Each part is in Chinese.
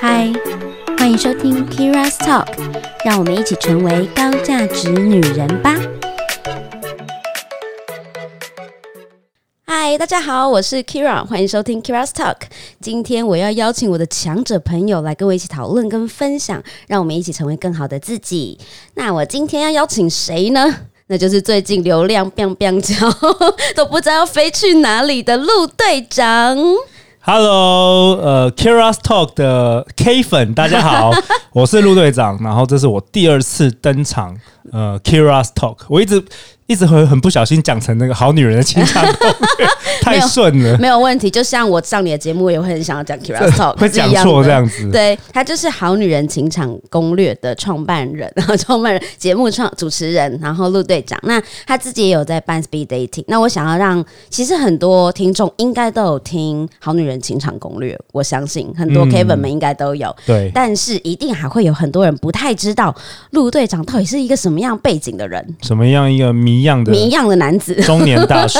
嗨，欢迎收听 Kira's Talk，让我们一起成为高价值女人吧。嗨，大家好，我是 Kira，欢迎收听 Kira's Talk。今天我要邀请我的强者朋友来跟我一起讨论跟分享，让我们一起成为更好的自己。那我今天要邀请谁呢？那就是最近流量 biang biang 叫 都不知道要飞去哪里的陆队长。 Hello，呃，Kira's Talk 的 K 粉，大家 好，我是陆队长，然后这是我第二次登场，呃，Kira's Talk，我一直一直很很不小心讲成那个好女人的倾向 攻略太顺 了，没有问题，就像我上你的节目，也会很想 要讲 Kira Talk，会是讲一样错的这。样子，对他就是《好女人情场攻略》的创办人，然后创办人节目创主持人，然后陆队长。那他自己也有在办 speed dating。那我想要让，其实很多听众应该都有听《好女人情场攻略》，我相信很多嗯 Kevin 们应该都有。对但是一定还会有很多人不太知道陆队长到底是一个什么样背景的人，什么样一个谜样的。谜一样的男子中年大 叔？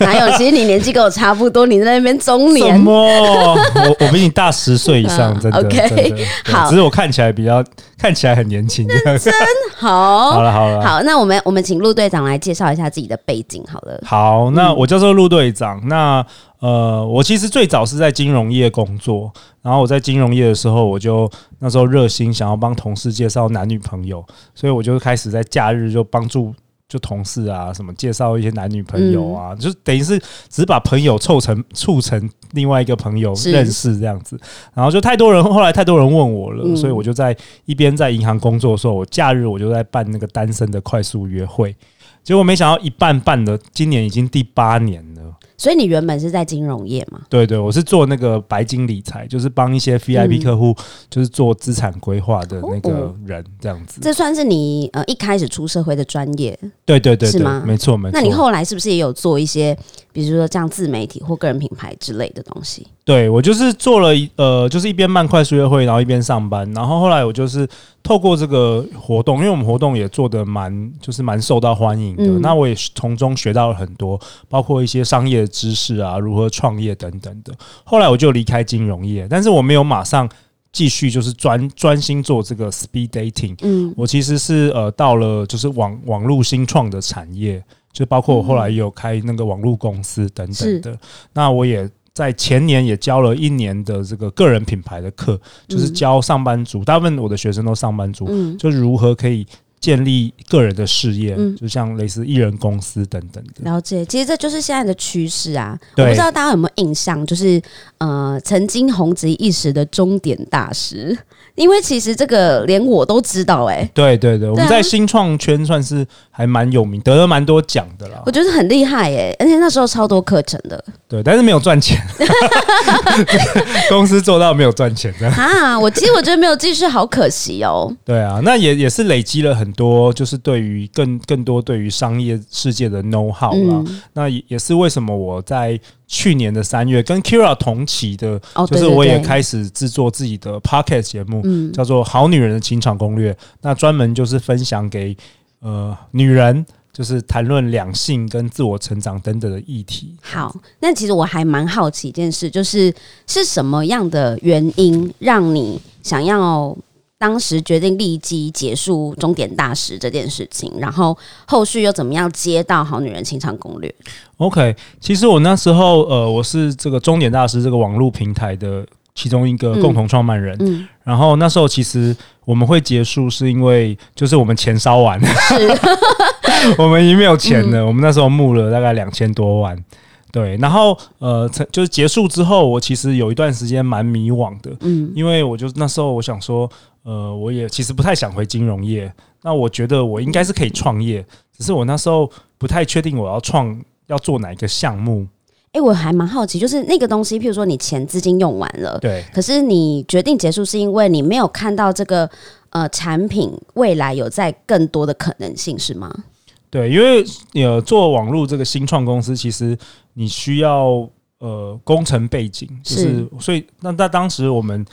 哪有？其实你年纪跟我差不多，你在那边中什年。么？我我比你大十岁以上，嗯真的 OK，真的对好只是我看起来比较看起来很年轻，这样子好，好了好了，好，那我们我们请陆队长来介绍一下自己的背景好了。好，那我叫做陆队长。那呃，我其实最早是在金融业工作，然后我在金融业的时候，我就那时候热心想要帮同事介绍男女朋友，所以我就开始在假日就帮助就同事啊什么介绍一些男女朋友啊，嗯就等于是只把朋友凑成促成另外一个朋友是认识这样子。然后就太多人， 后来太多人问我了，嗯所以我就在一边在银行工作的时候，我假日我就在办那个单身的快速约会。结果没想到一办办了，今年已经第八年了。所以你原本是在金融业嘛？对对，我是做那个白金理财，就是帮一些 VIP 嗯客户，就是做资产规划的那个人这样哦子。这算是你呃一开始出社会的专业。对对对是对吗，没错没错。那你后来是不是也有做一些，比如说像自媒体或个人品牌之类的东西？对我就是做了一呃，就是一边办快速约会，然后一边上班，然后后来我就是透过这个活动，因为我们活动也做的蛮就是蛮受到欢迎的，嗯那我也从中学到了很多，包括一些商业知识啊，如何创业等等的。后来我就离开金融业，但是我没有马上继续就是专专心做这个 speed dating，嗯，我其实是呃到了就是网网络新创的产业，就包括我后来嗯也有开那个网络公司等等的。那我也在前年也教了一年的这个个人品牌的课，就是嗯教上班族，大部分我的学生都上班族，嗯就如何可以建立个人的事业，嗯就像类似艺人公司等等的。了解，其实这就是现在的趋势啊！我对不知道大家有没有印象，就是呃，曾经红极一时的终点大师，因为其实这个连我都知道、欸，对对对，我们对啊在新创圈算是还蛮有名，得了蛮多奖的啦我。觉得很厉害、欸，而且那时候超多课程的，对，但是没有 赚钱， 公司做到没有赚钱的。啊，我其实我觉得没有继续，好可惜哦。对啊，那也也是累积了很多，就是对于更更多对于商业世界的 know how 啦。嗯，那也也是为什么我在去年的三月跟 Kira 同期的，哦，就对是对我也对，开始制作自己的 podcast 节目，嗯，叫做《好女人的情场攻略》，那专门就是分享给呃女人，就是谈论两性跟自我成长等等的议题。好。那其实我还蛮好奇一件事，就是是什么样的原因让你想要当时决定立即结束终点大师这件事情，然后后续又怎么样接到《好女人情场攻略》？ OK，其实我那时候呃，我是这个终点大师这个网络平台的其中一个嗯共同创办人。嗯，然后那时候其实我们会结束，是因为就是我们钱烧完了， 我们已经没有钱了。我们那时候募了大概两千多万，对。然后呃，成就是结束之后，我其实有一段时间蛮迷惘的，嗯因为我就那时候我想说，呃，我也其实不太想回金融业，那我觉得我应该是可以创业，只是我那时候不太确定我要创要做哪一个项目，哎、我还蛮好奇，就是那个东西，譬如说你钱资金用完了，对。可是你决定结束是因为你没有看到这个呃产品未来有在更多的可能性，是吗？对，因为呃，做网络这个新创公司，其实你需要呃工程背景，就是是所以那那当时我们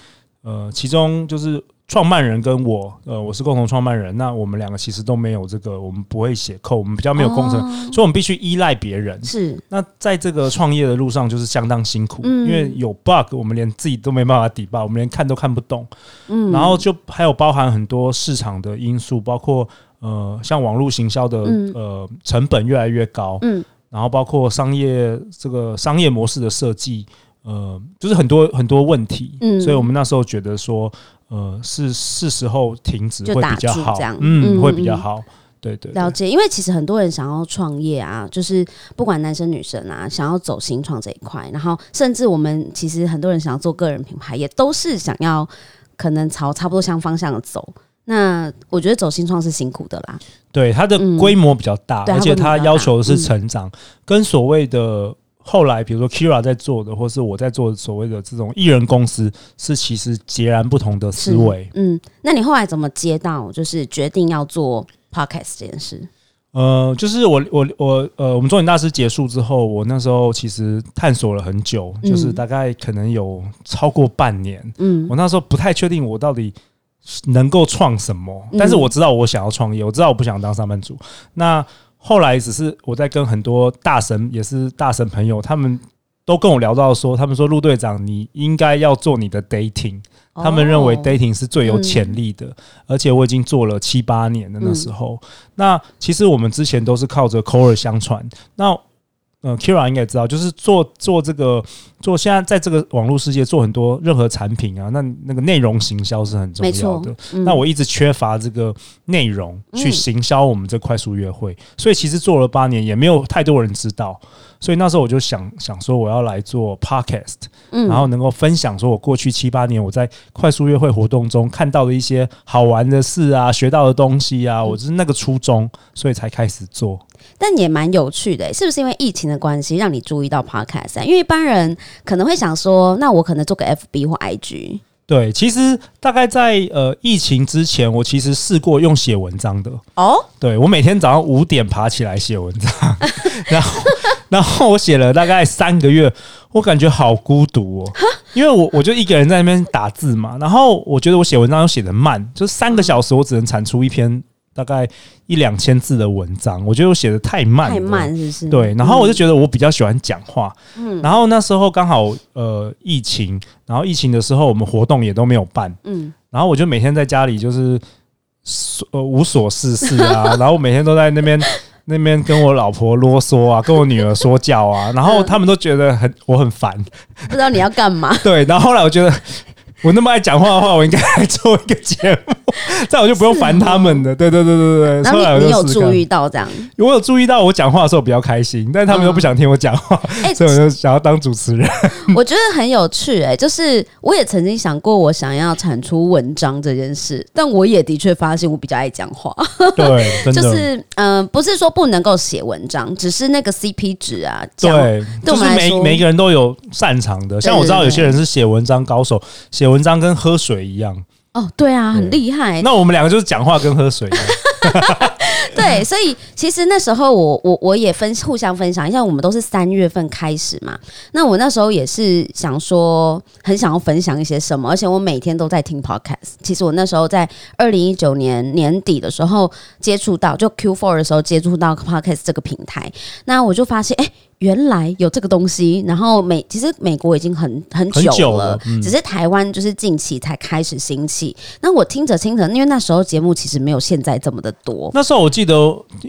呃，其中就是创办人跟我，呃，我是共同创办人，那我们两个其实都没有这个，我们不会写扣，我们比较没有工程，哦所以我们必须依赖别人。是那在这个创业的路上，就是相当辛苦，嗯因为有 bug，我们连自己都没办法抵 bug，我们连看都看不懂。嗯，然后就还有包含很多市场的因素，包括呃，像网络行销的、嗯呃成本越来越高，嗯然后包括商业这个商业模式的设计，呃，就是很多很多问题，嗯所以我们那时候觉得说，呃，是是时候停止就会打比较住好这样，嗯，嗯会比较嗯好，对对对了解，因为其实很多人想要创业啊，就是不管男生女生啊，想要走新创这一块，然后甚至我们其实很多人想要做个人品牌，也都是想要可能朝差不多相方向的走。那我觉得走新创是辛苦的啦，对，它的嗯规模比较大，对而它且规模它比较要大求的是嗯成长，跟所谓的后来，比如说 Kira 在做的，或是我在做的所谓的这种艺人公司，是其实截然不同的思是维。嗯，那你后来怎么接到就是决定要做 podcast 这件事？呃，就是我我我呃，我们中影大师结束之后，我那时候其实探索了很久，嗯就是大概可能有超过半年。嗯我那时候不太确定我到底能够创什么，嗯但是我知道我想要创业，我知道我不想当上班族。那后来只是我在跟很多大神，也是大神朋友，他们都跟我聊到说，他们说陆队长，你应该要做你的 dating，他们认为哦嗯 dating 是最有潜力的，而且我已经做了七八年的那时候。那其实我们之前都是靠着口耳相传。那呃，Kira 应该知道，就是做做这个做现在在这个网络世界做很多任何产品啊，那那个内容行销是很重没要错的。，嗯那我一直缺乏这个内容去嗯行销我们这快速约会，所以其实做了八年也没有太多人知道，所以那时候我就想想说我要来做 podcast，嗯然后能够分享说我过去七八年我在快速约会活动中看到的一些好玩的事啊，学到的东西啊，我是那个初衷，所以才开始做。但也蛮有趣的欸，是不是因为疫情的关系让你注意到 podcast？、啊、因为一般人可能会想说，那我可能做个 FB 或 IG，对，其实大概在呃疫情之前，我其实试过用写文章的。哦，对我每天早上五点爬起来写文章， 然后然后我写了大概三个月，我感觉好孤独哦，因为我我就一个人在那边打字嘛，然后我觉得我写文章又写得慢，就三个小时我只能产出一篇大概一两千字的文章，我觉得我写得太慢了，太慢是不是？对，然后我就嗯觉得我比较喜欢讲话，然后那时候刚好呃疫情，然后疫情的时候我们活动也都没有办，嗯然后我就每天在家里就是所呃无所事事啊， 然后我每天都在那边那边跟我老婆啰嗦啊，跟我女儿说教 啊，然后他们都觉得很我很烦，不知道你要干 嘛，对，然后后来我觉得。我那么爱讲话的话，我应该来做一个节目， 这样我就不用烦他们了。对对对对对对，然后来后你我就你有试试注看意到 这样？我有注意到我讲话的时候比较开心，但他们都不想听我讲话，哎、所以我就想要当主 持人。我觉得很有趣哎、就是我也曾经想过我想要产出文章这件事，但我也的确发现我比较爱讲话，对，真的，就是嗯、呃不是说不能够写文章，只是那个 CP 值啊，讲对，对就我是们来每说每个人都有擅长的。像我知道有些人是写文章高手，写文章跟喝水一样。哦，对啊，很对厉害、那我们两个就是讲话跟喝水一样。对，所以其实那时候我我我也分互相分享一下，我们都是三月份开始嘛。那我那时候也是想说，很想要分享一些什么，而且我每天都在听 podcast。其实我那时候在二零一九年年底的时候接触到，就 Q four 的时候接触到 podcast 这个平台，那我就发现，哎、原来有这个东西，然后美其实美国已经很很久很了，久了嗯只是台湾就是近期才开始兴起。那我听着听着，因为那时候节目其实没有现在这么的多，那时候我记得，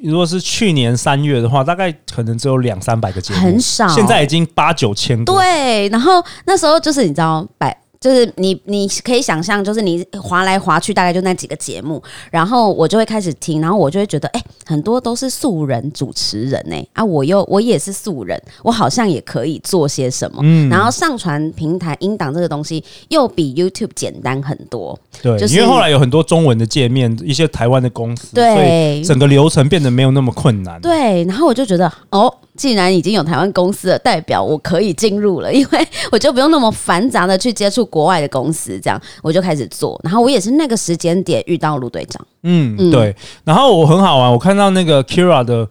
如果是去年三月的话，大概可能只有两三百个节目，很少现在已经八九千个。对，然后那时候就是你知道百。就是你，你可以想象，就是你划来划去，大概就那几个节目，然后我就会开始听，然后我就会觉得，哎、很多都是素人主持人哎、啊，我又我也是素人，我好像也可以做些什么。嗯然后上传平台音档这个东西，又比 YouTube 简单很多。对，就是因为后来有很多中文的界面，一些台湾的公司，所以对，整个流程变得没有那么困难。对，然后我就觉得，哦，既然已经有台湾公司的代表，我可以进入了， 因为我就不用那么繁杂的去接触国外的公司，这样我就开始做。然后我也是那个时间点遇到陆队长，嗯嗯，对。然后我很好玩，我看到那个 Kira 的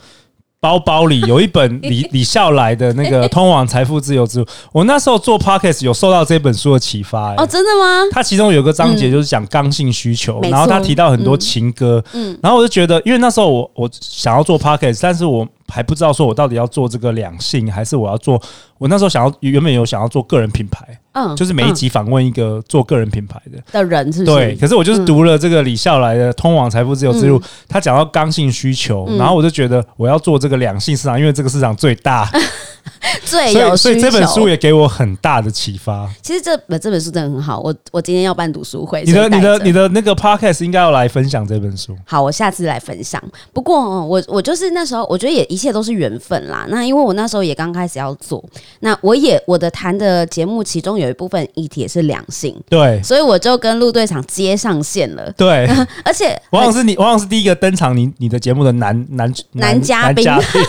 包包里有一 本李李笑来的那个《通往财富自由之路》， 我那时候做 podcast 有受到这本书的启发、欸。哦，真的吗？它其中有个章节就是讲刚性需求，没错然后他提到很多情歌，嗯，然后我就觉得，因为那时候我我想要做 podcast，但是我还不知道说我到底要做这个两性，还是我要做，我那时候想要原本有想要做个人品牌，嗯，就是每一集访问一个做个人品牌的，嗯的人是不是？对，可是我就是读了这个李笑来的《通往财富自由之路》，嗯他讲到刚性需求，然后我就觉得我要做这个两性市场，因为这个市场最 大，最所哎有以所需以求。这本书也给我很大的启发。其实这本这本书真的很好，我我今天要办读书会，你的所以带你的着你的那个 podcast 应该要来分享这本书，好，我下次来分享。不过哦我我就是那时候，我觉得也一切都是缘分啦。那因为我那时候也刚开始要做，那我也我的谈的节目其中有一部分议题也是两性，对所以我就跟陆队长接上线了， 对，而且往往是你往往是第一个登场你，你的节目的男男男嘉宾男嘉宾，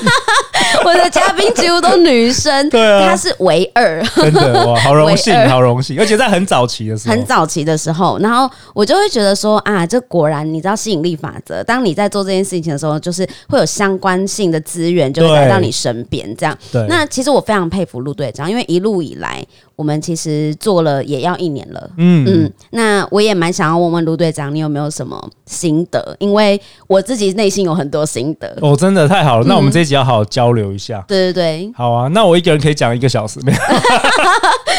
我的嘉宾几乎都女生， 对啊她是唯二。真的哇，好荣 幸唯，二好荣幸，而且在很早期的时候很，早期的时候，然后我就会觉得说啊，这果然你知道吸引力法则。当你在做这件事情的时候，就是会有相关性的资源就会来到你身边，这样。对，那其实我非常佩服陆队长，因为一路以来我们其实做了也要一年了。嗯嗯，那我也蛮想要问问陆队长，你有没有什么心得？因为我自己内心有很多心得。哦，真的太好了，那我们嗯这一集要好好交流一下。对对对，好啊，那我一个人可以讲一个小时，没有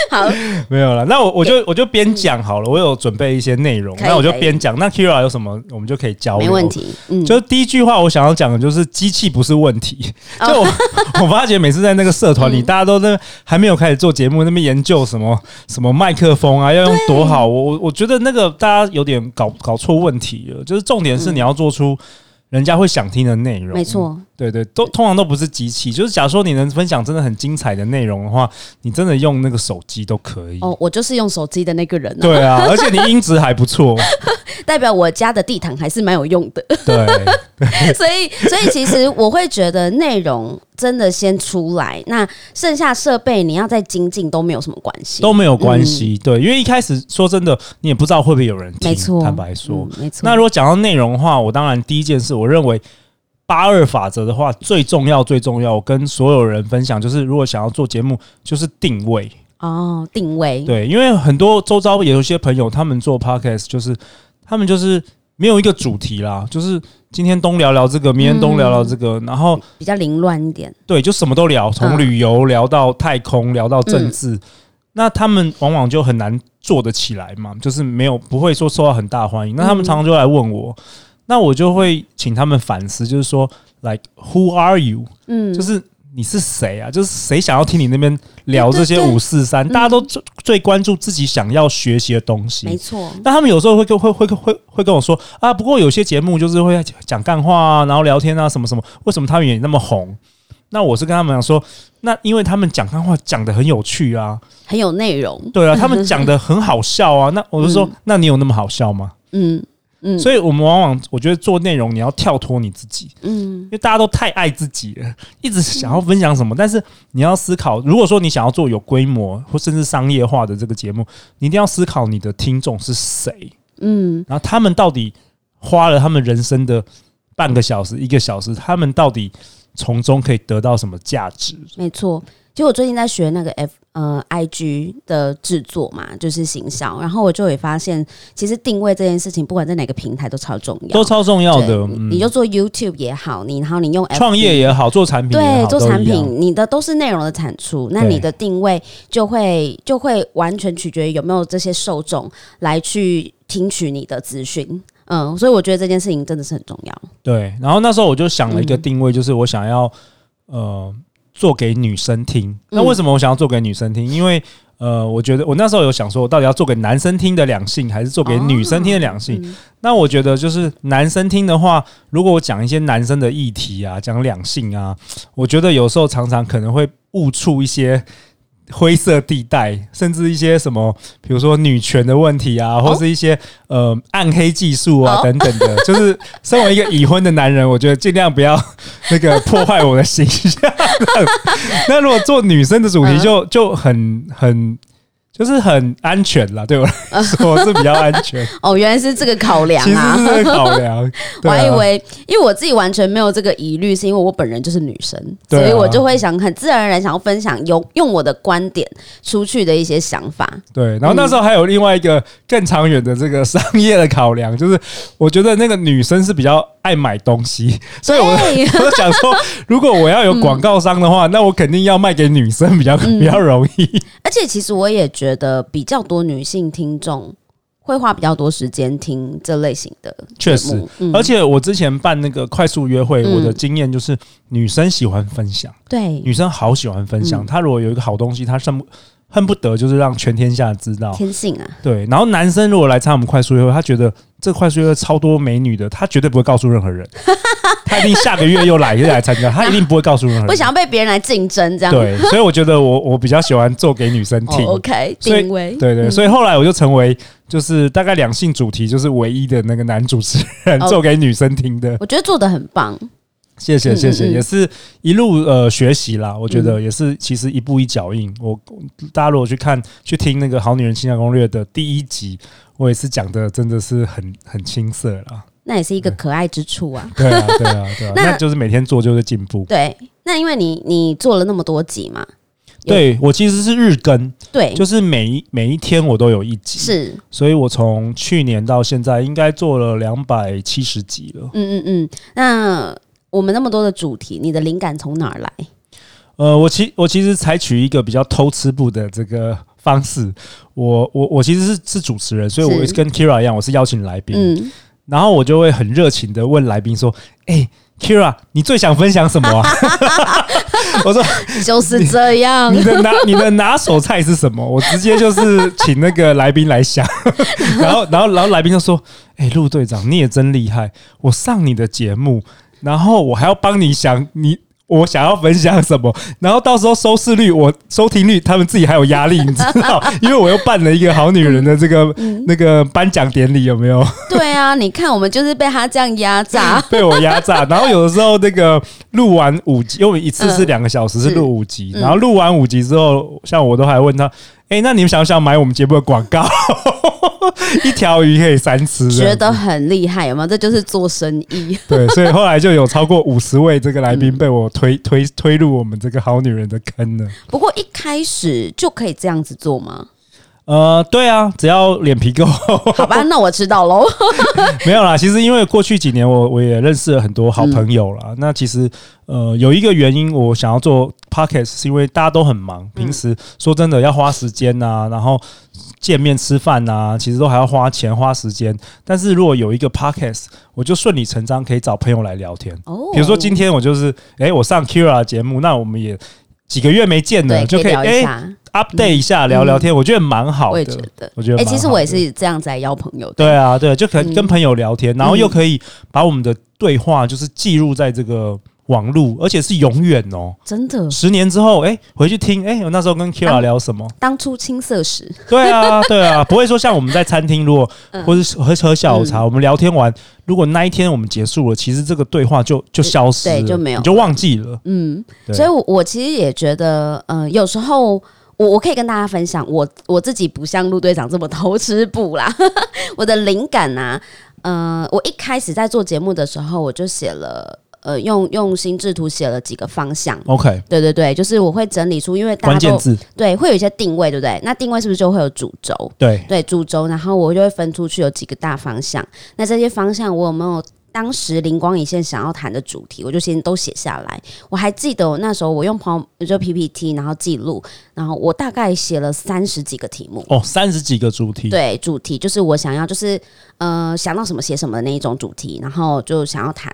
好，没有了。那我我就我就边讲好了，我有准备一些内容，嗯可以那我就可以边讲。那 Kira 有什么，我们就可以交流。没问。题。嗯，就是第一句话，我想要讲的就是机器不是问题。哦 嗯就我我发觉每次在那个社团里，大家都在还没有开始做节目，那边研究什么什么麦克风啊，要用多好。我我我觉得那个大家有点搞搞错问题了。就是重点是你要做出人家会想听的内容。没错，对对，都通常都不是机器，就是假如说你能分享真的很精彩的内容的话，你真的用那个手机都可以。哦，我就是用手机的那个人、啊，对啊，而且你音质还不错。代表我家的地毯还是蛮有用 的。对，所以，所以其实我会觉得内容真的先出来，那剩下设备你要再精进都没有什么关系。都没有关系。对，因为一开始说真的，你也不知道会不会有人嗯听。没错，坦白说，嗯没错。那如果讲到内容的话，我当然第一件事，我认为八二法则的话最重要，最重要，我跟所有人分享就是，如果想要做节目，就是定位。哦，定位对，因为很多周遭也有一些朋友，他们做 podcast 就是他们就是没有一个主题啦，就是今天东聊聊这个，明天东聊聊这嗯个，然后比较凌乱一点，对，就什么都聊，从嗯旅游聊到太空，聊到政治，那他们往往就很难做得起来嘛，就是没有不会说受到很大欢迎。那他们嗯常常就来问我，那我就会请他们反思，就是说，like who are you？嗯，就是你是谁啊？就是谁想要听你那边聊这些对对嗯对五四三？大家都最最关注自己想要学习的东没西。错，那他们有时候会跟会会会会跟我说啊，不过有些节目就是会讲干话啊，然后聊天啊，什么什么，为什么他们也那么红？那我是跟他们讲说，那因为他们讲干话讲的很有趣啊，很有内容，对啊，他们讲的很好笑啊。那我就说，嗯那你有那么好笑吗？嗯嗯所以我们往往我觉得做内容你要跳脱你自己，嗯因为大家都太爱自己了， 一直想要分享什么，但是你要思考，如果说你想要做有规模或甚至商业化的这个节目，你一定要思考你的听众是谁，嗯，然后他们到底花了他们人生的半个小时、一个小时，他们到底从中可以得到什么价值？没错。就我最近在学那个 F 呃 IG 的制作嘛，就是行销，然后我就也发现，其实定位这件事情，不管在哪个平台都超重要，嗯都超重要的嗯对，你你就做 YouTube 也好，你然后你用 FB 创业也好，做产品也对好，做都一产样品，你的都是内容的产出，那对你的定位就会就会完全取决于有没有这些受众来去听取你的资讯。嗯，所以我觉得这件事情真的是很重要。对。然后那时候我就想了一个嗯定位，就是我想要呃做给女生听。那嗯为什么我想要做给女生听？因为呃，我觉得我那时候有想说，我到底要做给男生听的两性，还是做给女生听的两性？嗯那我觉得就是男生听的话，如果我讲一些男生的议题啊，讲两性啊，我觉得有时候常常可能会误触一些灰色地带，甚至一些什么，比如说女权的问题啊，或是一些、呃暗黑技术啊、哦等等的。 就是身为一个已婚的男人，我觉得尽量不要那个破坏我的 嗯形象。那如果做女生的主题就，就很很就是很安全啦，对我来说 是比较安全，哦，原来是这个考量其实啊！是 这个考量。我对啊还以为，因为我自己完全没有这个疑虑，是因为我本人就是女生，对啊所以我就会想很自然而然想要分享有用我的观点出去的一些想 法。对，然后那时候还有另外一个更长远的这个商业的考量， 就是我觉得那个女生是比较爱买东西， 所以 我对我就想说，如果我要有广告商的话，那我肯定要卖给女生比较嗯比较容易。 而且其实我也觉得比较多女性听众会花比较多时间听这类型的确节实目，，嗯而且我之前办那个快速约会，嗯我的经验就是女生喜欢分享，对女生好喜欢分享，嗯她如果有一个好东西，她恨不恨不得就是让全天下知道。天性啊，对，然后男生如果来参加我们快速约会，他觉得这快速约会超多美女的，他绝对不会告诉任何 人，他一定下个月又来又来参加，他一定不会告诉任何不想人。要被别人来竞争这样。对，所以我觉得我我比较喜欢做给女生哦听。 ，OK，嗯所以定位对对，所以后来我就成为就是大概两性主题就是唯一的那个男主持人，哦做给女生听的。我觉得做的很棒，谢谢嗯谢嗯谢，嗯嗯也是一路呃学习啦，我觉得也是其实一步一脚印。我大家如果去看去听那个《好女人情感攻略》的第一集，我也是讲的真的是很很青涩 啦。那也是一个可爱之处啊。对啊对啊对啊，那那就是每天做就是进步。对，那因为你你做了那么多集嘛，有对我其实是日更，对，就是每一每一天我都有一集，，是，所以我从去年到现在应该做了两百七十集了。嗯嗯嗯。那我们那么多的主题，你的灵感从哪儿来？呃，我其我其实采取一个比较偷吃步的这个方式，我我我其实是是主持人，所以我是跟 Kira 一样，我是邀请来宾，嗯， 然后我就会很热情的问来宾说：“哎、k i r a 你最想分享什么、啊？” 我说就是这样你。的拿 你的拿手菜是什么？我直接就是请那个来宾来想， 然后然后然后来宾就说：“哎、陆队长你也真厉害，我上你的节目，然后我还要帮你想你。”我想要分享什么，然后到时候收视率、我收听率，他们自己还有压力，你知道？因为我又办了一个好女人的这个、那个颁奖典礼，有没有？对啊，你看我们就是被他这样压榨。被我压榨。然后有的时候那个录完五集，因为我们一次是两个小时，是录五集。嗯然后录完五集之后，像我都还问他：“哎、那你们想不想买我们节目的广告？ 一条鱼可以三吃。”觉得很厉害，有没有？这就是做生意。 对，所以后来就有超过五十位这个来宾被我推推推入我们这个好女人的坑了。不过一开始就可以这样子做吗？呃，对啊，只要脸皮够厚，好吧，那我知道 喽。没有啦，其实因为过去几年我我也认识了很多好朋友啦。嗯那其实呃有一个原因，我想要做 podcast 是因为大家都嗯很忙，平时说真的要花时间呐、然后见面吃饭呐、其实都还要花钱花时间。但是如果有一个 podcast，我就顺理成章可以找朋友来聊天。哦比如说今天我就是诶，我上 Kira 的节目，那我们也几个月没见了，对，就可可以以聊一诶下。嗯 update 一下聊聊天，我觉得蛮好我也的觉。得，我觉得哎，蛮其实好我也的是这样子来邀朋友的。对啊，对，就可嗯以跟朋友聊天，然后又可以把我们的对话就是记录在这个网络，而且是永远哦。真的，十年之后，哎、回去听，哎、我那时候跟 Kira 当聊什么？当初青涩时，对啊，对啊，不会说像我们在餐厅，如果嗯或是喝喝下午茶，我们聊天完，如果那一天我们结束了，其实这个对话就就消失了，对就没有你就忘记了。嗯，对所以我，我其实也觉得，呃，有时候我我可以跟大家分享，我我自己不像陆队长这么偷吃步啦， 我的灵感啊，呃，我一开始在做节目的时候，我就写了，呃，用用心智图写了几个方向。 OK，对对对，就是我会整理出，因为大关家键都字对会有一些定位，对不对？那定位是不是就会有主轴？对，对株洲，然后我就会分出去有几个大方向。那这些方向我有没有当时灵光一现想要谈的主题，我就先都写下来。我还记得我那时候我用朋友就 PPT，然后记录，然后我大概写了三十几个题目。哦，三十几个主题，对，主题就是我想要，就是呃，想到什么写什么的那一种主题，然后就想要谈。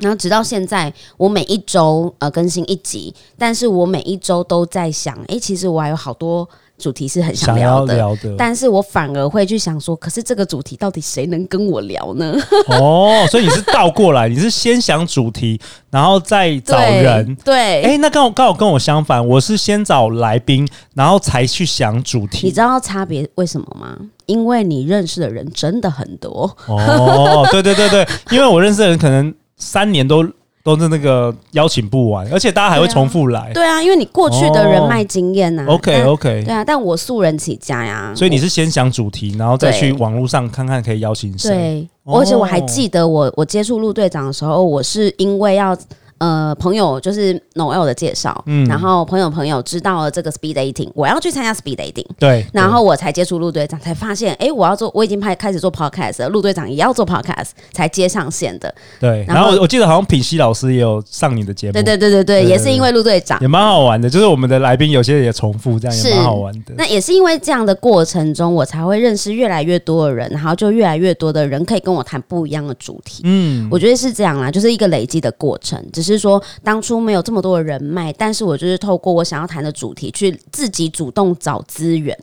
然后直到现在，我每一周呃更新一集，但是我每一周都在想，诶，其实我还有好多主题是很想想要聊的，聊的，但是我反而会去想说，可是这个主题到底谁能跟我聊呢？哦，所以你是倒过来，你是先想主题，然后再找人，对，哎、那刚好刚好跟我相反，我是先找来宾，然后才去想主你题知。道差别为什么吗？因为你认识的人真的很多， 哦，对对对对，因为我认识的人可能三年都都是那个邀请不完，而且大家还会重复来。对啊，因为你过去的人哦脉经验呐、 OK 但 OK，对啊，但我素人起家呀，所以你我是先想主题，然后再对去网络上看看可以邀请谁。对，哦而且我还记得我我接触陆队长的时候，我是因为要呃朋友就是 Noel 的介绍，嗯然后朋友朋友知道了这个 speed dating，我要去参加 speed dating。对，然后我才接触陆队长，才发现，哎、我要做，我已经拍开始做 podcast 了，陆队长也要做 podcast，才接上线的。对，然然后后我记得好像品熙老师也有上你的节目，对对对对对，哎对也是因为陆队长也。蛮好玩的，就是我们的来宾有些也重复，这样是也蛮好玩的。那也是因为这样的过程中，我才会认识越来越多的人，然后就越来越多的人可以跟我谈不一样的主题。嗯，我觉得是这样啦，就是一个累积的过程。只是说当初没有这么多的人脉，但是我就是透过我想要谈的主题去自己主动找资源，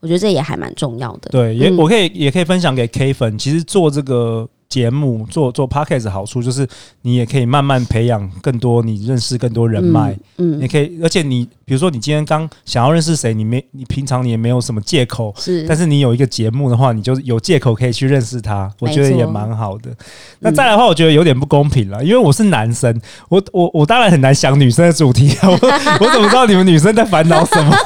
我觉得这也还蛮重要的。对，也、嗯我可以也可以分享给 K 粉，其实做这个。节目做做 podcast 的好处就是，你也可以慢慢培养更多，你认识更多人脉，嗯，你嗯，可以，而且你比如说你今天刚想要认识谁，你没你平常你也没有什么借口，是但是你有一个节目的话，你就有借口可以去认识他，我觉得没错嗯也蛮好的。那再来的话，我觉得有点不公平了，因为我是男生，我我我当然很难想女生的主题啊，我 我怎么知道你们女生在烦恼什么？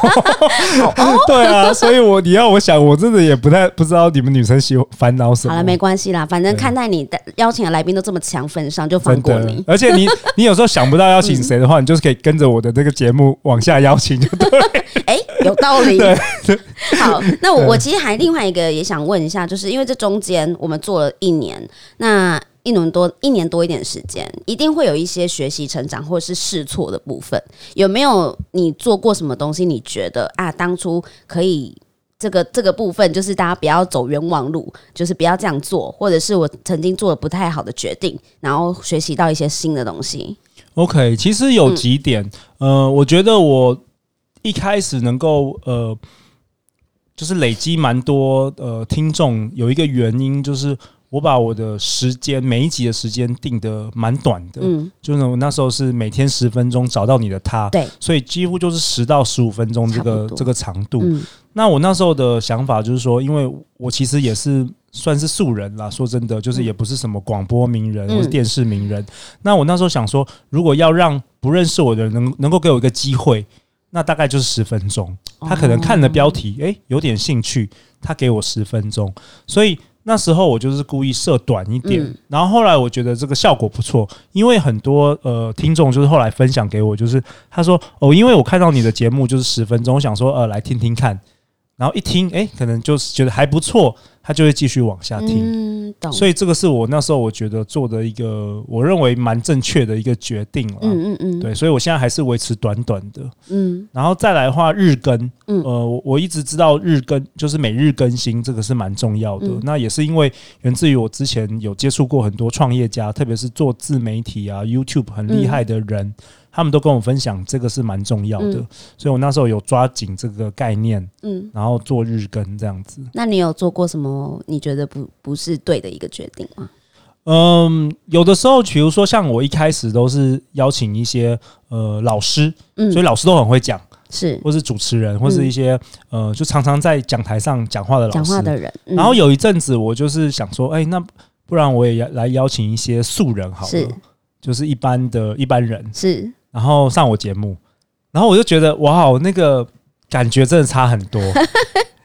哦 对啊，所以我你要我想，我真的也不太不知道你们女生喜欢烦恼什么。好了，没关系啦，反正对看在你的邀请的来宾都这么强份上，就放真过的你，。 而且你你有时候想不到邀请谁的话，你就是可以跟着我的这个节目往下邀请，就对。哎、有道理。对 好，那我对我其实还另外一个也想问一下，就是因为这中间我们做了一年，那一年多一年多一点时间，一定会有一些学习成长或是试错的部分。有没有你做过什么东西？你觉得啊，当初可以。这个这个部分就是大家不要走冤枉路，就是不要这样做，或者是我曾经做了不太好的决定，然后学习到一些新的东西。 OK，其实嗯有几点，呃，我觉得我一开始能够呃，就是累积蛮多呃听众，有一个原因就是我把我的时间每一集的时间定的蛮短的，嗯，就是我那时候是每天十分钟找到你的他，对，所以几乎就是十到十五分钟这差不个多这个长度。嗯，那我那时候的想法就是说，因为我其实也是算是素人啦，说真的，就是也不是什么广播名人嗯或是电视名人。那我那时候想说，如果要让不认识我的人能能够给我一个机会，那大概就是十分钟。他可哦能看了标题，诶、有点兴趣，他给我十分钟，所以。那时候我就是故意设短一点，嗯然后后来我觉得这个效果不错，因为很多呃听众就是后来分享给我，就是他说哦，因为我看到你的节目就是十分钟，我想说呃来听听看，然后一听诶，可能就是觉得还不错，他就会继续往下听。嗯，懂。所以这个是我那时候我觉得做的一个我认为蛮正确的一个决定了。嗯嗯嗯，对，所以我现在还是维持短短的。嗯然后再来的话，日更，嗯呃，我我一直知道日更就是每日更新，这个是蛮重要的。嗯那也是因为源自于我之前有接触过很多创业家，特别是做自媒体啊、YouTube 很厉害的人，他们都跟我分享这个是蛮重要的，嗯所以我那时候有抓紧这个概念，嗯，然后做日更这样子。那你有做过什么你觉得不不是对的一个决定吗？嗯，有的时候，比如说像我一开始都是邀请一些呃老师，嗯所以老师都很会讲，是或是主持人，或是一些、呃就常常在讲台上讲话的老师。讲话的人，嗯然后有一阵子，我就是想说，哎、那不然我也要来邀请一些素人好是了，就是一般的一般人，是然后上我节目，然后我就觉得，哇，哦，那个感觉真的差很 多。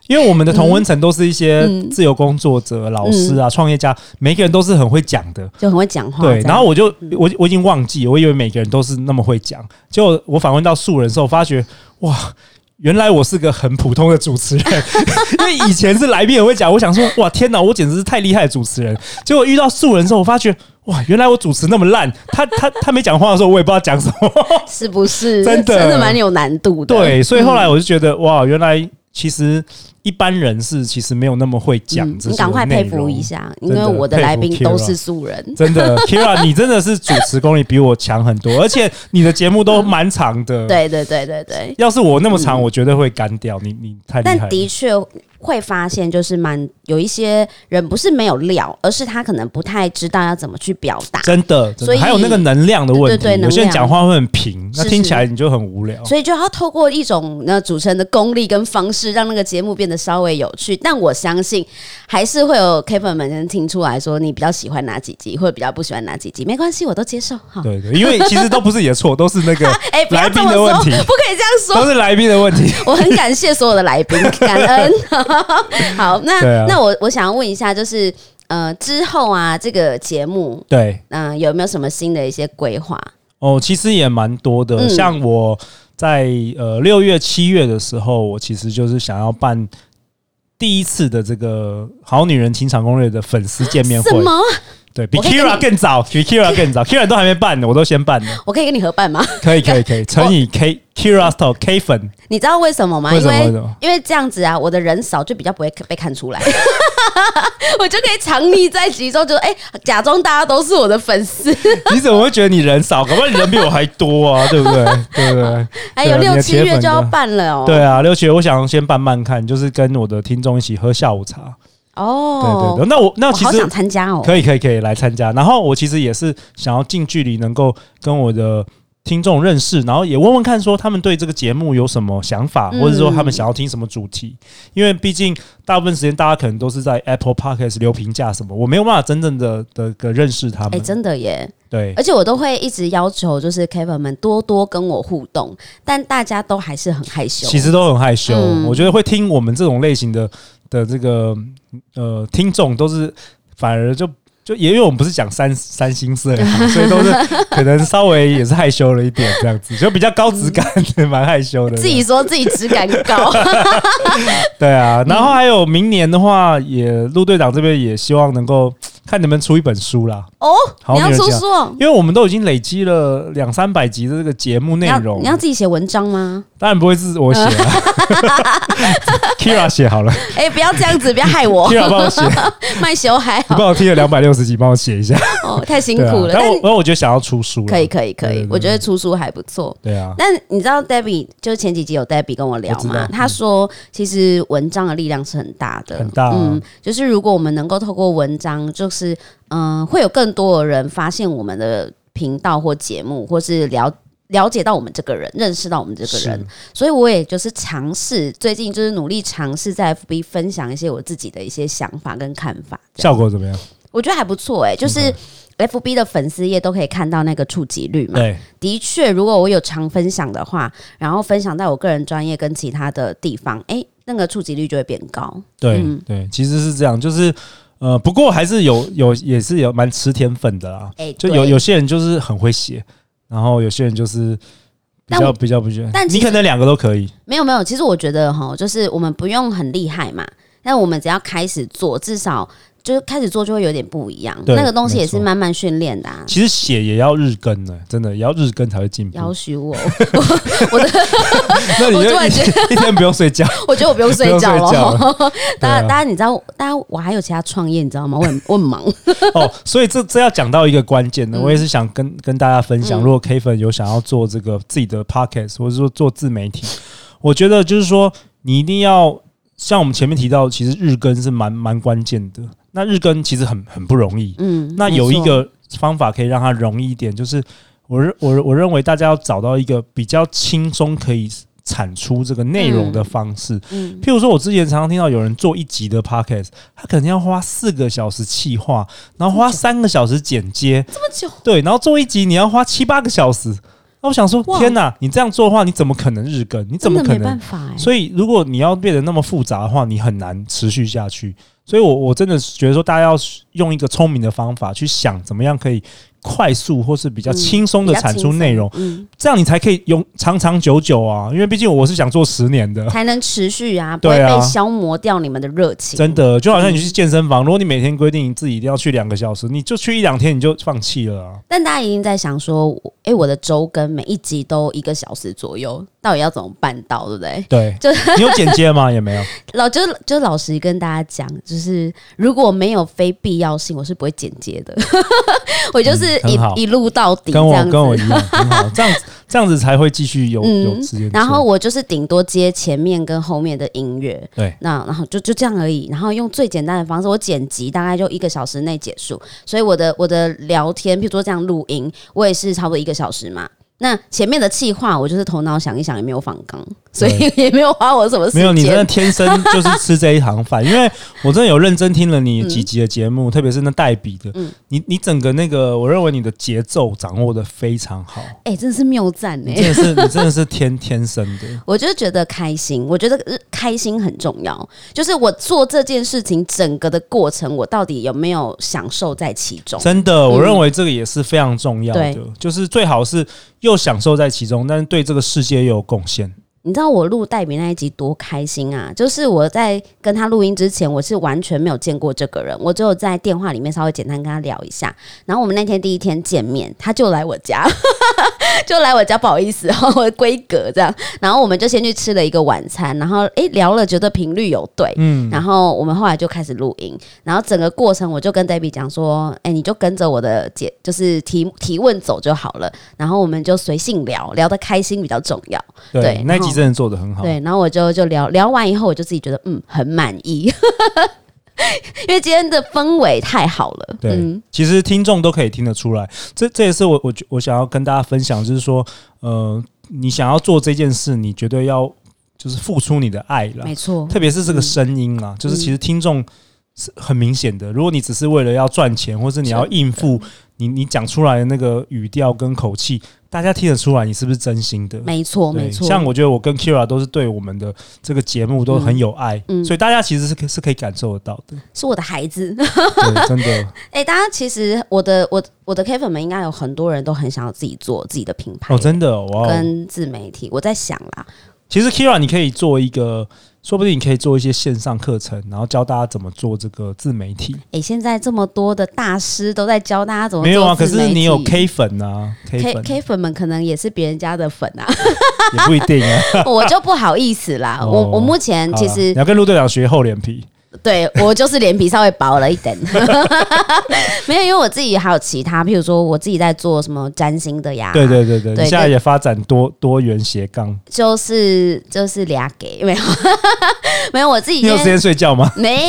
因为我们的同温层都是一些嗯自由工作者、老师啊、创业家，每个人都是很会讲的。就很会讲哦话这对样，，嗯然后我就我我已经忘记，我以为每个人都是那么会讲，结果我访问到素人的时候，发觉哇，原来我是个很普通的主持人， 因为以前是来宾也会讲，我想说哇天哪，我简直是太厉害的主持人，结果遇到素人之后，我发觉哇，原来我主持那么烂，他他他没讲话的时候，我也不知道讲什么， 是不是真的真的蛮有难度的？嗯对，所以后来我就觉得哇，原来其实一般人是其实没有那么会讲嗯，这你些内容，赶快佩服一下，因真为的我的佩来服宾 Kira 嗯都是素人，真的，Kira，你真的是主持功力比我强很多，而且你的节目都蛮长的。，嗯对对对对对。要是我那么长，我绝对会干掉你。你太厉害但了。的确会发现，就是蛮有一些人不是没有料，而是他可能不太知道要怎么去表达，真的，真所的以还有那个能量的问题，对对对有些人能量讲话会很平，那是听起来你就很无聊。呃所以就要透过一种呢主持人的功力跟方式，让那个节目变得的稍微有趣，但我相信还是会有 K 粉们能听出来说你比较喜欢哪几集，或者比较不喜欢哪几集，没关系，我都接受。好，对对，因为其实都不是你的错，都是那个哎、不要来这宾么的说，问不可题，以这样 说都。是来宾的问 题。 我很感谢所有的来宾，感恩。 好，那、对啊那我我想要问一下，就是呃之后啊，这个节目对嗯、呃有没有什么新的一些规划？哦，其实也蛮多的，嗯像我在呃六月、七月的时候，我其实就是想要办。第一次的这个《好女人情场攻略》的粉丝见面会什，么？对比我可以跟 Kira 你更 早，比 Kira 更早，Kira 都还没办呢，我都先办了。我可以跟你合办吗？可以可以可 以，乘以 K Kira s t o K 粉，你知道为什么吗？为什么因为什么因为这样子啊，我的人少就比较不会被看出来， 我就可以藏匿在其中，就哎、假装大家都是我的粉 丝。你怎么会觉得你人少？搞不好你人比我还多啊，对不对？对不对？还哎有对啊六你的七铁月粉就要的办了哦。对啊，六七月我想先慢慢看，就是跟我的听众一起喝下午茶。对对哦，对，那我那我其好实想参加哦。可以可以可以来参加。然后我其实也是想要近距离能够跟我的听众认识，然后也问问看说他们对这个节目有什么想法，嗯或者说他们想要听什么主题。因为毕竟大部分时间大家可能都是在 Apple Podcast 留评价什么，我没有办法真正的的个认识他哎、们。真的耶！对而且我都会一直要求，就是 Kevin 们多多跟我互动，但大家都还是很害羞。其实都很害羞。嗯我觉得会听我们这种类型的的这个呃听众，都是反而就就也因为我们不是讲三三星色 行，所以都是可能稍微也是害羞了一点这样子，就比较高质感，蛮害羞的。嗯自己说自己质感高， 对嗯啊，然后还有明年的话，也陆队长这边也希望能够看能不能出一本书啦。哦，好你要女人出这样书哦，因为我们都已经累积了两三百集的这个节目你内要容你，要自己写文章吗？当然不会是我写了 ，Kira 写好了哎、不要这样子，不要害 我， ，Kira 帮我写， 卖修还你好帮我听了两百六十集，帮我写一下。 哦，太辛对苦啊，了。但我但但我觉得想要出书了，可以可以可对以对，对我觉得出书还不错。对啊，但你知道 Debbie 就是前几集有 Debbie 跟我聊我知道嘛嗯？她说其实文章的力量是很大的，很大啊嗯，就是如果我们能够透过文章，就是嗯、呃会有更多的人发现我们的频道或节目，或是了了解到我们这个人，认识到我们这个人是。所以我也就是尝试，最近就是努力尝试在 FB 分享一些我自己的一些想法跟看法。这样效果怎么样？我觉得还不错哎、嗯就是 FB 的粉丝页都可以看到那个触及率嘛。对，的确，如果我有常分享的话，然后分享在我个人专业跟其他的地方，哎、那个触及率就会变高。对、嗯对，其实是这样，就是呃，不过还是有有也是有蛮吃天分的啦，哎、就对有有，些人就是很会写，然后有些人就是比但较我比较不觉得，但其你实可能两个都可以，没有没有，其实我觉得哈，就是我们不用很厉害嘛，但我们只要开始做，至少就是开始做就会有点不一样。对那个东西也是没错慢慢训练的、啊。其实写也要日更呢、真的也要日更才会进步。要许 我，那你我就突然一觉天一天不用睡觉，我觉得我不用睡觉不用睡觉了。对 大啊家，大家，你知道，大家我还有其他创业，你知道吗？我很我很忙。 哦，所以这这要讲到一个关键的，嗯我也是想跟跟大家分享，嗯如果 K 粉有想要做这个自己的 podcast，或者说做自媒体，我觉得就是说你一定要像我们前面提到，其实日更是蛮蛮关键的。那日更其实很很不容易，嗯， 那有没一错个方法可以让它容易一点，就是我认我我认为大家要找到一个比较轻松可以产出这个内容的方式。嗯譬如说，我之前常常听到有人做一集的 podcast，他可能要花四个小时企划，然后花三个小时剪接，这么久，对，然后做一集你要花七八个小时。那我想说，哇天哪！你这样做的话，你怎么可能日更？你怎么真的可没能办？法哎、所以，如果你要变得那么复杂的话，你很难持续下去。所以我，我真的觉得说，大家要用一个聪明的方法去想，怎么样可以快速或是比较嗯轻松的比较产轻出松内容，嗯，这样你才可以用长长久久啊。因为毕竟我是想做十年的，才能持续啊，不会对啊被消磨掉你们的热情。真的，就好像你去健身房，如果你每天规定自己一定要去两个小时，你就去一两天你就放弃了、啊。但大家一定在想说，我诶，我的周更每一集都一个小时左右，到底要怎么办到，对不对？对就，你有剪接吗？也没有。 老就就老实跟大家讲，就是如果没有非必要性，我是不会剪接的， 我就是嗯一、很好一路到底跟这我样子。跟我一样，很好，这样子这样子才会继续有、嗯有时间做。然后我就是顶多接前面跟后面的音乐，对，那然后就就这样而已。然后用最简单的方式，我剪辑大概就一个小时内结束，所以我的我的聊天，譬如说这样录音，我也是差不多一个小时嘛。那前面的气话，我就是头脑想一想，也没有仿纲，所以对 也没有花我什么时没间。有，你真的天生就是吃这一行饭，因为我 真的有认真听了你几集的节目，特别是那代笔的，嗯你你整个那个，我认为你的节奏掌握的非常 好，哎、真的是谬赞你哎、真的是你真的是天天生的，我就是觉得开心，我觉得呃开心很重要。就是我做这件事情整个的过程，我到底有没有享受在其中？真的，我认为这个也是非常重要的嗯对，就是最好是又享受在其中，但是对这个世界又有贡献。你知道我录代笔那一集多开心啊！就是我在跟他录音之前，我是完全没有见过这个人，我只有在电话里面稍微简单跟他聊一下。然后我们那天第一天见面，他就来我家， 就来我家，不好意思哦，我的规格这样。然后我们就先去吃了一个晚餐，然后诶聊了，觉得频率有对，嗯，然后我们后来就开始录音，然后整个过程我就跟 Debbie 讲说，哎、你就跟着我的解，就是提提问走就好了。然后我们就随性聊，聊得开心比较重要。对对，那然一集后真的做的很好。对，然后我就就聊聊完以后，我就自己觉得嗯很满意， 因为今天的氛围太好了。嗯对，其实听众都可以听得出来，这这也是我我觉我想要跟大家分享，就是说，呃，你想要做这件事，你绝对要就是付出你的爱啦，没错，啊嗯特别是这个声音啦，就是其实听众是很明显的，如果你只是为了要赚钱，或是你要应付你你讲出来的那个语调跟口气，大家听得出来你是不是真心的。没错，对哦没错。像我觉得我跟 Kira 都是对我们的这个节目都很有爱，嗯嗯所以大家其实是可是可以感受得到 的，是我的孩子，对，真的。哎、大家其实我的我我的 K 粉们应该有很多人都很想要自己做自己的品牌，哦，真的哦哇、哦！跟自媒体。我在想啦，其实 Kira，你可以做一个，说不定你可以做一些线上课程，然后教大家怎么做这个自媒体。哎、现在这么多的大师都在教大家怎么做没有啊，可自媒是体你有 K 粉啊 K 粉 K 粉们可能也是别人家的粉啊， 也不一定啊。我就不好意思啦。我我目前其哦好啦实你要跟陆队长学厚脸皮，对我就是脸皮稍微薄了一点， 没有，因为我自己还有其他，譬如说我自己在做什么占星的呀，对对对对，啊对你现在也发展多多元斜杠。就是就是俩给没有 没有，我自己你今有时天间睡觉吗？没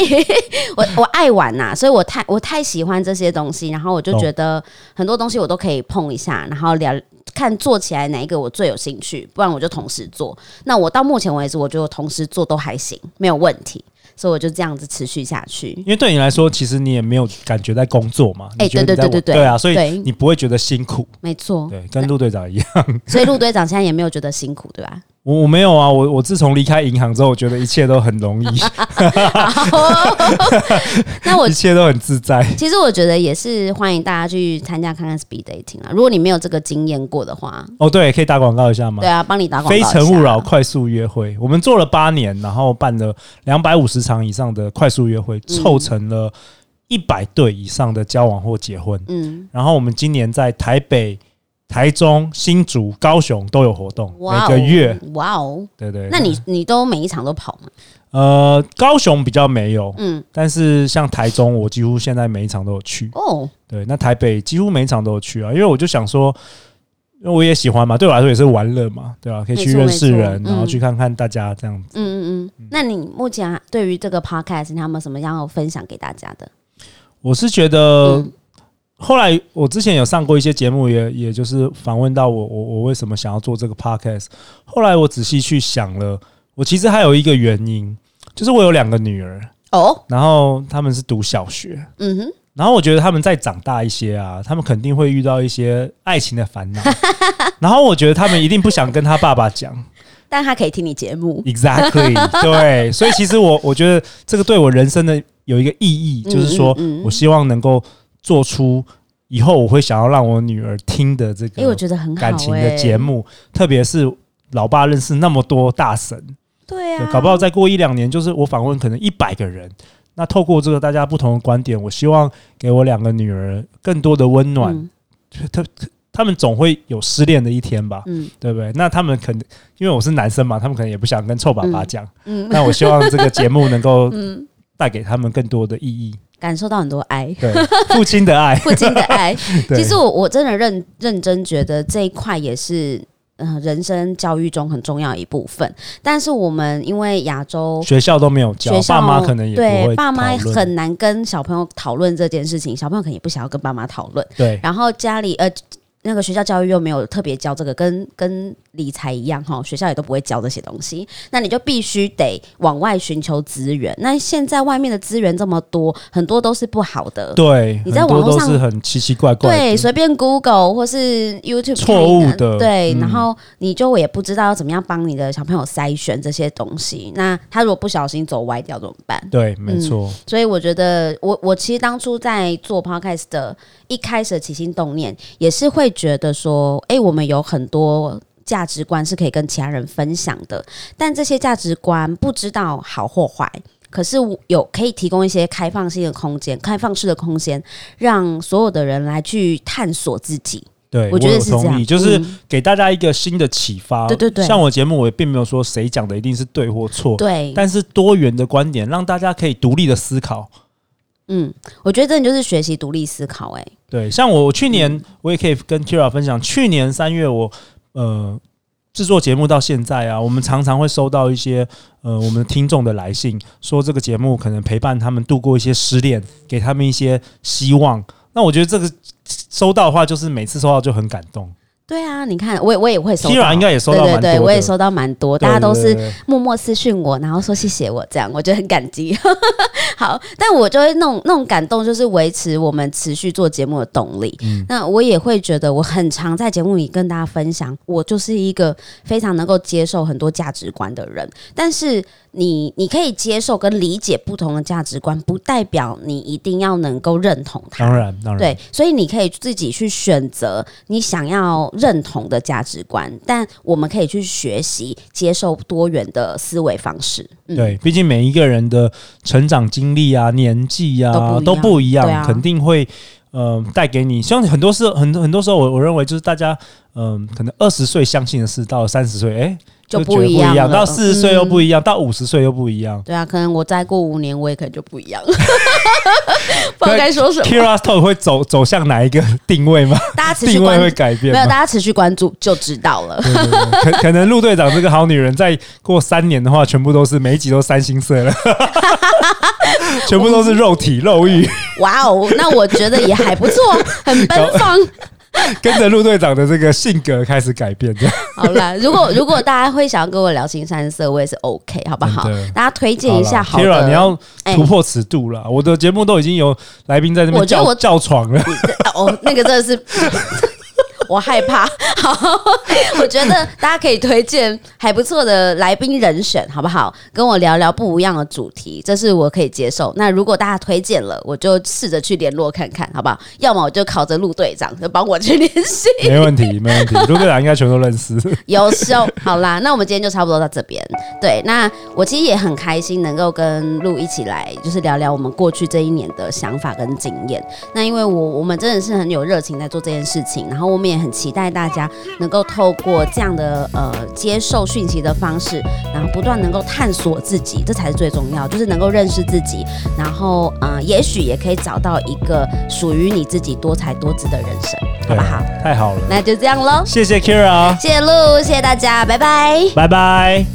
我我爱玩呐、所以我太我太喜欢这些东西，然后我就觉得很多东西我都可以碰一下，然后聊看做起来哪一个我最有兴趣，不然我就同时做。那我到目前为止，我觉得我同时做都还行，没有问题，所以我就这样子持续下去。因为对你来说，其实你也没有感觉在工作嘛。哎你觉对得你在对对对玩对啊，所以对你不会觉得辛苦。没错，对，跟陆队长一样。 所以陆队长现在也没有觉得辛苦，对吧？ 我我没有啊，我我自从离开银行之后，我觉得一切都很容易，那 我一切都很自在。其实我觉得也是欢迎大家去参加看看 speed dating 啊，如果你没有这个经验过的话，哦，对，可以打广告一下吗？对啊，帮你打广告一非下。诚勿扰快速约会，我们做了八年，然后办了两百五十场以上的快速约会，嗯凑成了一百对以上的交往或结婚。嗯，然后我们今年在台北、台中、新竹、高雄都有活动，哇每哦个月，哇哦，对对。那你你都每一场都跑吗？呃，高雄比较没有，嗯，但是像台中，我几乎现在每一场都有去。哦，对，那台北几乎每一场都有去啊，因为我就想说，因为我也喜欢嘛，对我来说也是玩乐嘛，对吧、啊可以没去错认没识错人，然后嗯去看看大家这样子。嗯嗯嗯。那你目前对于这个 podcast，你有没有什么要分享给大家的？我是觉得，嗯后来我之前有上过一些节目也，也就是访问到我，我我为什么想要做这个 podcast。后来我仔细去想了，我其实还有一个原因，就是我有两个女儿，哦，然后她们是读小学，嗯哼，然后我觉得她们再长大一些啊，她们肯定会遇到一些爱情的 烦恼，然后我觉得她们一定不想跟她爸爸讲。但他可以听你节目， Exactly，对，所以其实我我觉得这个对我人生的有一个意义，嗯就是说嗯嗯我希望能够做出以后我会想要让我女儿听的这因为我个觉得很好、欸，哎感情的节，目，特别是老爸认识那么多大神，对对啊，搞不好再过一两年，就是我访问可能一百个人。那透过这个大家不同的观点，我希望给我两个女儿更多的温暖。嗯她她们总会有失恋的一天吧？嗯对不对？那他们肯定，因为我是男生嘛，他们可能也不想跟臭爸爸讲。 嗯那我希望这个节目能够嗯，带给他们更多的意义，感受到很多爱。 对 父亲的爱。父亲的爱， 对其实我我真的认认真觉得这一块也是，呃，人生教育中很重要的一部分。但是我们因为亚洲学校都没有教学，校爸妈可能也不对会爸妈讨论很难跟小朋友讨论这件事情，小朋友可能也不想要跟爸妈讨论。对然后家里呃那个学校教育又没有特别教这个，跟跟理财一样哈，学校也都不会教这些东西，那你就必须得往外寻求资源。那现在外面的资源这么多，很多都是不好的，对，你在很多网络都上是很奇奇怪怪的，对，随便 Google 或是 YouTube 错误的对，嗯然后你就也不知道怎么样帮你的小朋友筛选这些东西。那他如果不小心走歪掉怎么办？对，没错，所以我觉得我，我其实当初在做 podcast 的一开始的起心动念，也是会觉得说，诶，我们有很多价值观是可以跟其他人分享的，但这些价值观不知道好或坏。可是我有可以提供一些开放性的空间，开放式的空间，让所有的人来去探索自己。对，我觉得有是这同样，意，就是嗯给大家一个新的启发。对对对像我节目，我也并没有说谁讲的一定是对或错，对，但是多元的观点让大家可以独立的思考。嗯，我觉得这就是学习独立思考、诶，对，像我，我去年我也可以跟 Kira 分享，去年三月我呃制作节目到现在啊，我们常常会收到一些呃我们听众的来信，说这个节目可能陪伴他们度过一些失恋，给他们一些希望。那我觉得这个收到的话，就是每次收到就很感动。对啊，你看，我也我也会收到 Kira 应该也收到对蛮多的，对对，我也收到蛮多，对，大家都对是对对默默私讯我，然后说谢谢我，这样我觉得很感激。 好，但我就会那种那种感动，就是维持我们持续做节目的动力。嗯那我也会觉得，我很常在节目里跟大家分享，我就是一个非常能够接受很多价值观的人。但是你你可以接受跟理解不同的价值观，不代表你一定要能够认同它。当然当然，对，所以你可以自己去选择你想要认同的价值观，但我们可以去学习接受多元的思维方式。嗯，对，毕竟每一个人的成长经历啊、年纪啊都都不不一样，对啊肯定会呃带给你。像很多时候，很很多时候我，我认为就是大家嗯、可能二十岁相信的事，到了三十岁，哎、就觉得不一一样了到四十岁又不嗯一样，到五十岁又不一 样。对啊，可能我再过五年，我也可能就不一样了， 不知道该说什么。 Kira Talk 会走走向哪一个定位 吗？大家持续 定位关会注，改变没有，吗？大家持续关注就知道了。 对对对可可能陆队长这个好女人，再过三年的话，全部都是每一集都三星色了， 全部都是肉体肉欲。哇哦，那我觉得也还不错，很奔放。跟着陆队长的这个性格开始改变，这样 好啦，如果如果大家会想要跟我聊新三色，我也是 OK，好不好真的？大家推荐一下好的。 Kira，你要哎突破尺度了。我的节目都已经有来宾在那边我觉得叫我叫 床了，你这哦，那个真的是。我害怕，好，我觉得大家可以推荐还不错的来宾人选，好不好？跟我聊聊不一样的主题，这是我可以接受。那如果大家推荐了，我就试着去联络看看，好不好？要么我就考着陆队长，就帮我去联系。没问题，没问题。陆队长应该全都认识。优秀，好啦，那我们今天就差不多到这边。对，那我其实也很开心能够跟路一起来，就是聊聊我们过去这一年的想法跟经验。那因为我我们真的是很有热情在做这件事情，然后我们也很期待大家能够透过这样的呃接受讯息的方式，然后不断能够探索自己，这才是最重要，就是能够认识自己，然后呃，也许也可以找到一个属于你自己多才多姿的人生，好不好？对太好了，那就这样喽。谢谢 Kira，啊谢谢露，谢谢大家，拜拜。拜拜。